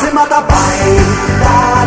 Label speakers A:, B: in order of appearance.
A: θέματα πάει τα